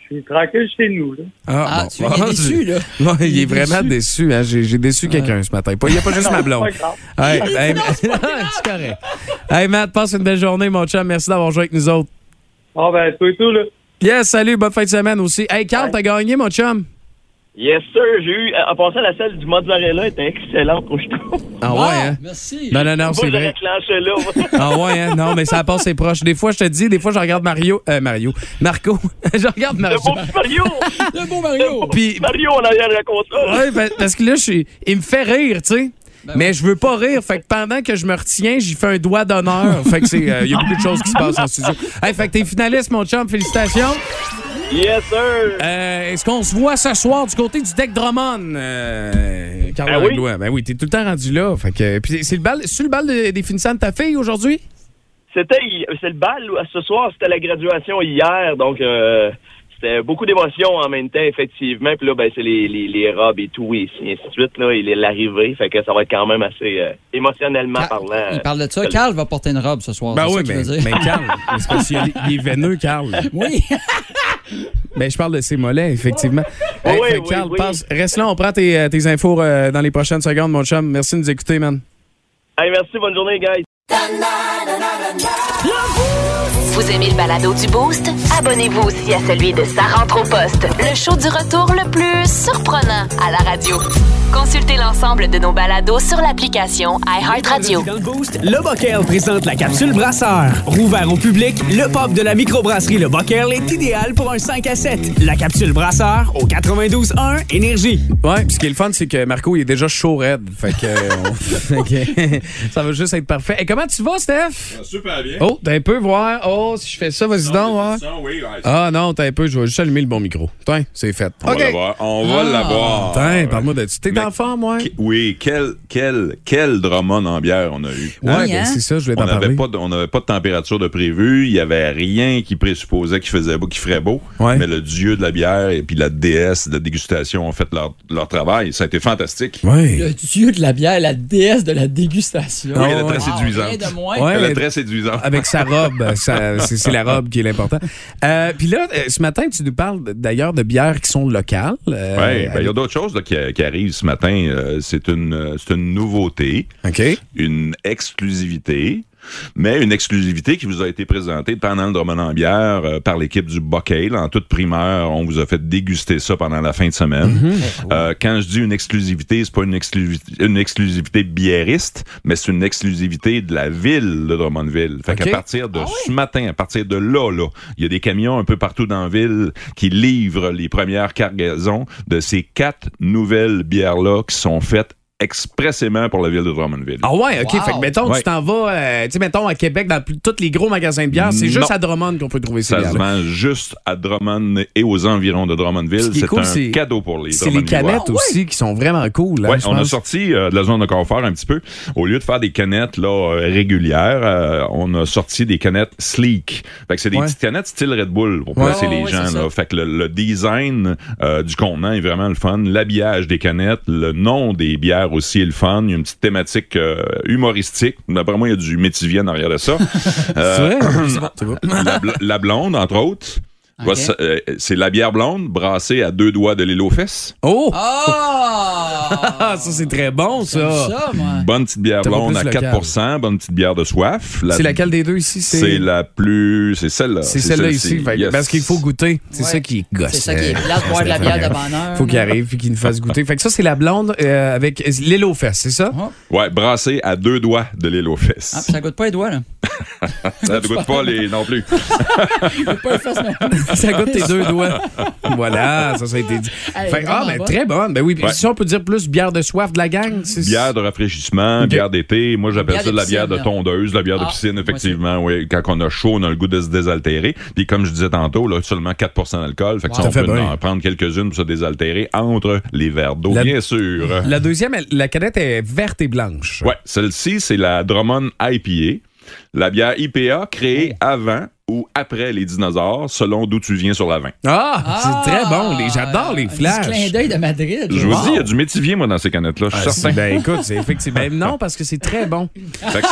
Speaker 6: je suis tranquille chez nous. Là.
Speaker 5: Ah,
Speaker 4: bon.
Speaker 5: tu es déçu, là.
Speaker 4: Ouais, il, est vraiment déçu. hein. J'ai j'ai déçu quelqu'un ce matin. Pas- Il n'y a pas juste ma blonde.
Speaker 6: grave.
Speaker 4: Hey, hey, c'est correct. Hey, Matt, passe une belle journée, mon chum. Merci d'avoir joué avec nous autres.
Speaker 6: Ah, ben, tout et tout, là.
Speaker 4: Yes, salut, bonne fin de semaine aussi. Hey, Carl, t'as gagné, mon chum.
Speaker 8: Yes, sir, j'ai eu. En passant, la salle du mozzarella était excellente, je trouve.
Speaker 4: Ah
Speaker 5: Bon,
Speaker 4: ouais, hein?
Speaker 5: Merci.
Speaker 4: Non, non, non, c'est vrai.
Speaker 8: clenché là.
Speaker 4: Ah ouais, hein? Non, mais ça passe ses proches. Des fois, je te dis, des fois, je regarde Mario. Euh, Mario. Marco. je regarde Mario.
Speaker 8: Mario!
Speaker 5: Le beau Mario.
Speaker 4: Puis,
Speaker 8: Mario, on a eu la console.
Speaker 4: ouais, pa- parce que là, je suis- il me fait rire, tu sais.
Speaker 5: Ben
Speaker 4: Mais je veux pas rire. Fait que pendant que je me retiens, j'y fais un doigt d'honneur. Fait que c'est. euh, Il y a beaucoup de choses qui se passent en studio. Hey, fait que t'es finaliste, mon chum. Félicitations.
Speaker 8: Yes, sir!
Speaker 4: Euh, Est-ce qu'on se voit ce soir du côté du deck Drummond, euh, Carlo
Speaker 8: Ben oui.
Speaker 4: Langlois? Ben oui, t'es tout le temps rendu là. Fait que, puis c'est le bal, c'est le bal de- des finissants de ta fille aujourd'hui?
Speaker 8: C'était. hi- C'est le bal, ou- ce soir, c'était la graduation hier, donc. euh, C'était beaucoup d'émotions en même temps, effectivement. Puis là, ben, c'est les, les, les robes et tout, et ainsi de suite, là, et les- l'arrivée. Fait que ça va être quand même assez euh, émotionnellement parlant. euh,
Speaker 5: Il parle de ça. Carl va porter une robe ce soir.
Speaker 4: Ben
Speaker 5: c'est ça qu'il veut dire.
Speaker 4: Carl, c'est parce qu'il est- il est veineux, Carl.
Speaker 5: Oui.
Speaker 4: Ben, je parle de ses mollets, effectivement.
Speaker 8: Oui,
Speaker 4: Hey, fait
Speaker 8: Ah oui,
Speaker 4: que Carl,
Speaker 8: oui.
Speaker 4: passe- reste là, on prend tes, euh, tes infos euh, dans les prochaines secondes, mon chum. Merci de nous écouter, man.
Speaker 8: Hey, merci, bonne journée, guys!
Speaker 1: Vous aimez le balado du Boost? Abonnez-vous aussi à celui de Sa rentre au poste, le show du retour le plus surprenant à la radio. Consultez l'ensemble de nos balados sur l'application iHeartRadio.
Speaker 9: Dans le boost, le Bockel présente la capsule brasseur. Rouvert au public, le pop de la microbrasserie Le Bockel est idéal pour un 5 à 7. La capsule brasseur au 92.1 Énergie.
Speaker 4: Ouais, puis ce qui est le fun, c'est que Marco, il est déjà chaud raide. Fait que, euh, on- fait que ça va juste être parfait. Et comment tu vas, Steph?
Speaker 10: Ah, Super bien.
Speaker 4: Oh, t'as un peu voir. Oh, si je fais ça, vas-y donc. hein.
Speaker 10: Ça, oui, ouais, ça,
Speaker 4: Ah non, t'as un peu, je vais juste allumer le bon micro. Tiens, c'est fait. Ah,
Speaker 10: On va l'avoir. Euh, On va l'avoir.
Speaker 4: Tiens, parle-moi de ça. T'es
Speaker 10: Mais-
Speaker 4: en forme, ouais?
Speaker 10: Qu- Oui, quel, quel, quel Drummond en bière on a eu.
Speaker 4: Ouais,
Speaker 5: Oui,
Speaker 4: ben,
Speaker 5: hein?
Speaker 4: c'est ça, je vais
Speaker 10: On
Speaker 4: t'en
Speaker 10: n'avait
Speaker 4: parler.
Speaker 10: pas, de- on n'avait pas de température de prévu. Il n'y avait rien qui présupposait qu'il faisait beau, qu'il ferait beau.
Speaker 4: Ouais.
Speaker 10: Mais le dieu de la bière et puis la déesse de la dégustation ont fait leur, leur travail. Ça a été fantastique.
Speaker 4: Ouais.
Speaker 5: Le dieu de la bière, la déesse de la dégustation.
Speaker 10: Oui, elle est très
Speaker 4: Ah,
Speaker 5: wow.
Speaker 10: séduisante.
Speaker 5: Ah, rien de moins.
Speaker 4: Ouais,
Speaker 10: Elle est
Speaker 4: mais-
Speaker 10: très séduisante.
Speaker 4: Avec sa robe, ça- c'est c'est la robe qui est l'important. Euh, Puis là, euh, ce matin, tu nous parles d'ailleurs de bières qui sont locales. euh,
Speaker 10: Ouais, ben, il y a d'autres choses là, qui, qui arrivent ce matin. Euh, c'est une, euh, c'est une nouveauté,
Speaker 4: OK.
Speaker 10: une exclusivité, mais une exclusivité qui vous a été présentée pendant le Drummond en bière euh, par l'équipe du Bocale. En toute primeur, on vous a fait déguster ça pendant la fin de semaine. Euh, quand je dis une exclusivité, c'est pas une, exclusivité- une exclusivité biériste, mais c'est une exclusivité de la ville de Drummondville. Fait
Speaker 4: OK.
Speaker 10: qu'à partir de ce matin, à partir de là, là, il y a des camions un peu partout dans la ville qui livrent les premières cargaisons de ces quatre nouvelles bières-là qui sont faites expressément pour la ville de Drummondville.
Speaker 4: Ah ouais, OK.
Speaker 5: Wow.
Speaker 4: Fait que mettons,
Speaker 10: Ouais.
Speaker 4: tu t'en vas, euh, tu sais, mettons, à Québec, dans plus- tous les gros magasins de bières, c'est juste
Speaker 10: Non.
Speaker 4: à Drummond qu'on peut trouver ces
Speaker 10: Ça se
Speaker 4: bières
Speaker 10: vend juste à Drummond et aux environs de
Speaker 4: Ce
Speaker 10: Drummondville.
Speaker 4: qui est
Speaker 10: C'est
Speaker 4: cool, c'est-
Speaker 10: un cadeau pour les
Speaker 4: C'est les
Speaker 10: Drummondvillois.
Speaker 5: Ah
Speaker 4: canettes aussi qui sont vraiment cool. hein,
Speaker 10: Ouais,
Speaker 4: je
Speaker 10: on a
Speaker 4: pense.
Speaker 10: sorti euh, de la zone de confort un petit peu. Au lieu de faire des canettes là, euh, régulières, euh, on a sorti des canettes sleek. Fait que c'est des
Speaker 4: Ouais.
Speaker 10: petites canettes style Red Bull pour placer
Speaker 5: Ouais,
Speaker 10: les
Speaker 5: ouais,
Speaker 10: gens.
Speaker 5: c'est ça.
Speaker 10: Là. Fait que le, le design euh, du contenant est vraiment le fun. L'habillage des canettes, le nom des bières aussi est le fun. Il y a une petite thématique euh, humoristique. D'après moi, il y a du métivier en arrière de ça. Euh,
Speaker 4: C'est vrai? C'est bon, c'est bon.
Speaker 10: la, bl- la blonde, entre autres.
Speaker 5: Ok.
Speaker 10: Ça, euh, C'est la bière blonde brassée à deux doigts de l'île aux fesses.
Speaker 4: Oh!
Speaker 5: Ah!
Speaker 4: Ah, ça, c'est très bon,
Speaker 5: J'aime
Speaker 4: ça.
Speaker 5: ça, moi.
Speaker 10: Bonne petite bière
Speaker 4: T'as pas
Speaker 10: blonde
Speaker 4: plus
Speaker 10: à
Speaker 4: local.
Speaker 10: 4 bonne petite bière de soif. La-
Speaker 4: C'est laquelle des deux ici?
Speaker 10: C'est la plus. C'est celle-là.
Speaker 4: C'est celle-là
Speaker 10: celle-ci.
Speaker 4: ici. fait que-
Speaker 10: Yes.
Speaker 4: Parce qu'il faut goûter. C'est
Speaker 5: Ouais.
Speaker 4: ça qui est gosse. euh,
Speaker 5: C'est ça qui est plate, boire de la bière de bonheur.
Speaker 4: Faut qu'il arrive puis qu'il nous fasse goûter. Fait que ça, c'est la blonde euh, avec l'île aux fesses, c'est ça?
Speaker 10: Ouais, brassée à deux doigts de l'île aux
Speaker 5: Ah,
Speaker 10: fesses.
Speaker 5: ça goûte pas les doigts, là.
Speaker 10: ça ne goûte pas les non plus.
Speaker 5: Ça goûte pas les fesses, non. plus.
Speaker 4: Ça goûte tes deux doigts. Voilà, ça, ça a été dit.
Speaker 5: Hey,
Speaker 4: Fait que, ah,
Speaker 5: vraiment
Speaker 4: ben,
Speaker 5: bonne.
Speaker 4: très bonne. Ben oui, puis
Speaker 10: Ouais.
Speaker 4: si on peut dire plus bière de soif de la gang, c'est
Speaker 10: Bière de rafraîchissement, bière d'été. Moi, j'appelle
Speaker 5: Bière
Speaker 10: ça de
Speaker 5: de
Speaker 10: la bière de
Speaker 5: piscine.
Speaker 10: tondeuse, la bière
Speaker 5: Ah,
Speaker 10: de piscine,
Speaker 5: moi aussi.
Speaker 10: effectivement. Oui, quand on a chaud, on a le goût de se désaltérer. Puis comme je disais tantôt, là, seulement 4 d'alcool. Fait que
Speaker 4: Wow.
Speaker 10: ça, on
Speaker 4: Ça fait
Speaker 10: peut
Speaker 4: bien.
Speaker 10: en prendre quelques-unes pour se désaltérer entre les verres d'eau,
Speaker 4: La-
Speaker 10: bien sûr.
Speaker 4: La deuxième, elle- la canette est verte et blanche.
Speaker 10: Ouais, celle-ci, c'est la Drummond IPA. La bière IPA créée
Speaker 4: Oh.
Speaker 10: avant ou après les dinosaures, selon d'où tu viens sur la vin.
Speaker 4: Ah,
Speaker 5: Ah!
Speaker 4: c'est très bon. les- J'adore les
Speaker 5: Un petit clin
Speaker 4: flashs.
Speaker 5: d'œil de Madrid.
Speaker 10: Je vous
Speaker 5: Wow.
Speaker 10: dis, il y a du métivier, moi, dans ces canettes-là. Je suis
Speaker 4: Ah, c'est-
Speaker 10: certain.
Speaker 4: ben écoute, c'est effectivement. Ben non, parce que c'est très bon.
Speaker 10: Fait que-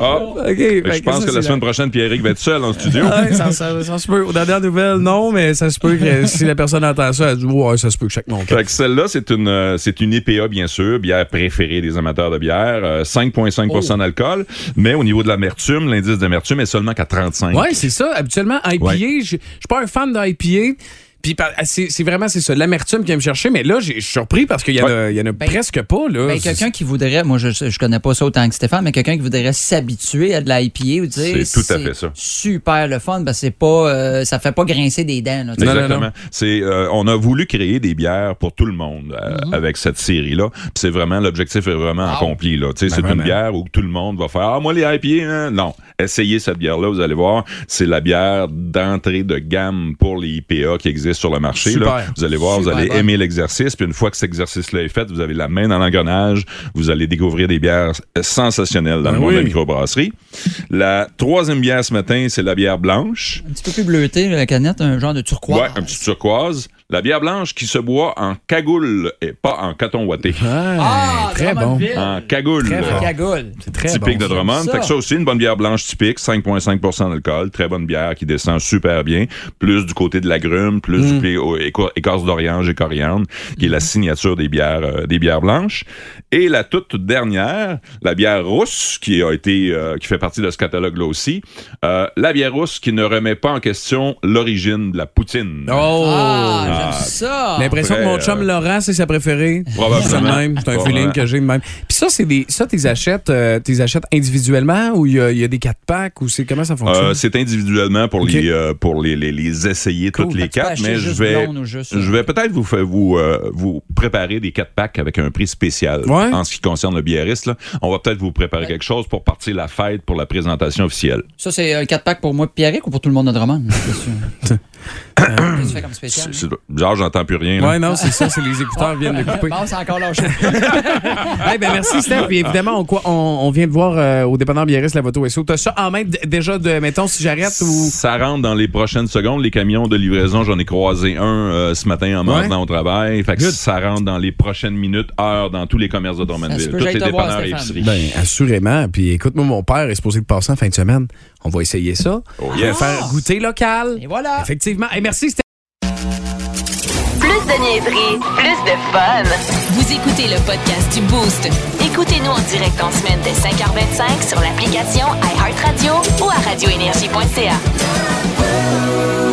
Speaker 10: Ah,
Speaker 4: OK.
Speaker 10: fait que je pense que la semaine prochaine, Pierrick va être seul en studio.
Speaker 4: Ouais, ça, ça- ça se peut. Aux dernières nouvelles, non, mais ça se peut que si la personne entend ça, elle dit Ouais, ça se peut que chaque mon
Speaker 10: Fait que celle-là, c'est une, euh, c'est une IPA, bien sûr, bière préférée des amateurs de bière. euh, 5,5 d'alcool, mais au niveau de l'amertume, l'indice d'amertume est seulement qu'à 35.
Speaker 4: Ouais, c'est ça. Habituellement, IPA,
Speaker 10: Ouais.
Speaker 4: je je suis pas un fan d'IPA. Puis par- c'est c'est vraiment c'est ça l'amertume qui vient me chercher mais là j'ai- je suis surpris parce qu'il y en a, il y en a presque pas là.
Speaker 5: Ben, quelqu'un qui voudrait, moi je, je connais pas ça autant que Stéphane, mais quelqu'un qui voudrait s'habituer à de la IPA ou dire
Speaker 10: C'est tout à fait ça.
Speaker 5: super le fun, ben c'est pas euh, ça fait pas grincer des dents. là, tu sais.
Speaker 4: Non, non,
Speaker 10: Exactement.
Speaker 4: non.
Speaker 10: C'est, euh, on a voulu créer des bières pour tout le monde euh,
Speaker 4: Mhm.
Speaker 10: avec cette série-là. Puis c'est vraiment l'objectif est vraiment accompli là. Tu sais, c'est
Speaker 4: Ben vraiment.
Speaker 10: une bière où tout le monde va faire ah moi les IPA hein? non. Essayez cette bière-là, vous allez voir, c'est la bière d'entrée de gamme pour les IPA qui existe sur le marché. là.
Speaker 4: Super.
Speaker 10: Vous allez voir,
Speaker 5: Super
Speaker 10: vous allez
Speaker 5: bonne.
Speaker 10: aimer l'exercice. Puis une fois que cet exercice-là est fait, vous avez la main dans l'engrenage, vous allez découvrir des bières sensationnelles dans
Speaker 4: Ben
Speaker 10: le monde de
Speaker 4: oui.
Speaker 10: la microbrasserie. La troisième bière ce matin, c'est la bière blanche.
Speaker 5: Un petit peu plus bleuté la canette, un genre de turquoise.
Speaker 10: Ouais, un petit turquoise. La bière blanche qui se boit en cagoule et pas en coton ouaté.
Speaker 5: Ah,
Speaker 4: très bon.
Speaker 5: Drummondville,
Speaker 10: En cagoule.
Speaker 4: Hein?
Speaker 10: euh,
Speaker 4: Très
Speaker 5: la
Speaker 4: bon.
Speaker 5: cagoule.
Speaker 4: C'est très
Speaker 10: Typique de
Speaker 4: bon.
Speaker 10: Drummond.
Speaker 5: ça.
Speaker 10: Fait que ça aussi, une bonne bière blanche typique, 5,5 d'alcool. Très bonne bière qui descend super bien. Plus du côté de l'agrume, plus
Speaker 4: Mm.
Speaker 10: du côté au- éco- écorce d'orange et coriandre, qui est la signature des bières, euh, des bières blanches. Et la toute dernière, la bière rousse, qui a été, euh, qui fait partie de ce catalogue-là aussi. Euh, la bière rousse qui ne remet pas en question l'origine de la poutine.
Speaker 4: Oh
Speaker 5: Ah, j'aime ça.
Speaker 4: L'impression que
Speaker 10: Après,
Speaker 4: mon chum
Speaker 10: euh,
Speaker 4: Laurent, c'est sa préférée.
Speaker 10: Probablement.
Speaker 4: C'est le même. C'est un
Speaker 10: Probablement.
Speaker 4: feeling que j'ai de même. Puis ça, c'est des. Ça, tu les achètes, euh, t'es achètes individuellement ou il y, a- il y a des 4 packs ou c'est comment ça fonctionne?
Speaker 10: Euh, c'est individuellement pour
Speaker 4: Ok.
Speaker 10: les euh, pour les, les, les essayer
Speaker 4: Cool.
Speaker 10: toutes
Speaker 4: Fait
Speaker 10: les
Speaker 5: Tu peux
Speaker 10: quatre,
Speaker 5: acheter
Speaker 10: mais je
Speaker 5: juste
Speaker 10: vais
Speaker 5: blonde ou juste-
Speaker 4: euh,
Speaker 10: je vais peut-être vous faire vous euh, vous préparer des quatre packs avec un prix spécial
Speaker 4: Ouais.
Speaker 10: en ce qui concerne le biériste. là. On va peut-être vous préparer quelque chose pour partir la fête pour la présentation officielle.
Speaker 5: Ça, c'est un 4 pack pour moi, Pierrick, ou pour tout le monde de Drummond? Qu'est-ce Euh, que tu fais comme spécial?
Speaker 10: C'est- c'est- Genre, j'entends plus rien. là.
Speaker 4: Ouais, non, c'est ça, c'est les écouteurs viennent de couper.
Speaker 5: Bon, c'est encore lâché.
Speaker 4: Eh ben, merci, Steph. Puis évidemment, on, quoi- on, on vient de voir euh, au dépendant Biarritz la voto SO. T'as ça en main d- déjà de, mettons, si j'arrête ou.
Speaker 10: Ça rentre dans les prochaines secondes. Les camions de livraison, j'en ai croisé un euh, ce matin en me
Speaker 4: Ouais.
Speaker 10: rendant au travail. Fait que
Speaker 4: Good.
Speaker 10: ça rentre dans les prochaines minutes, heures, dans tous les commerces de
Speaker 5: Ça
Speaker 10: Drummondville.
Speaker 5: se peut,
Speaker 10: Toutes
Speaker 5: j'aille
Speaker 10: les
Speaker 5: te voir,
Speaker 10: dépanneurs et
Speaker 5: Stéphane.
Speaker 10: épiceries.
Speaker 4: Ben, assurément. Puis écoute-moi, mon père est supposé de passer en fin de semaine. On va essayer ça.
Speaker 10: Oh, yes.
Speaker 4: Faire goûter local.
Speaker 5: Et voilà.
Speaker 4: Effectivement. Et merci, Steph.
Speaker 1: Plus de niaiserie, plus de fun. Vous écoutez le podcast du Boost. Écoutez-nous en direct en semaine dès 5h25 sur l'application iHeartRadio ou à radioénergie.ca.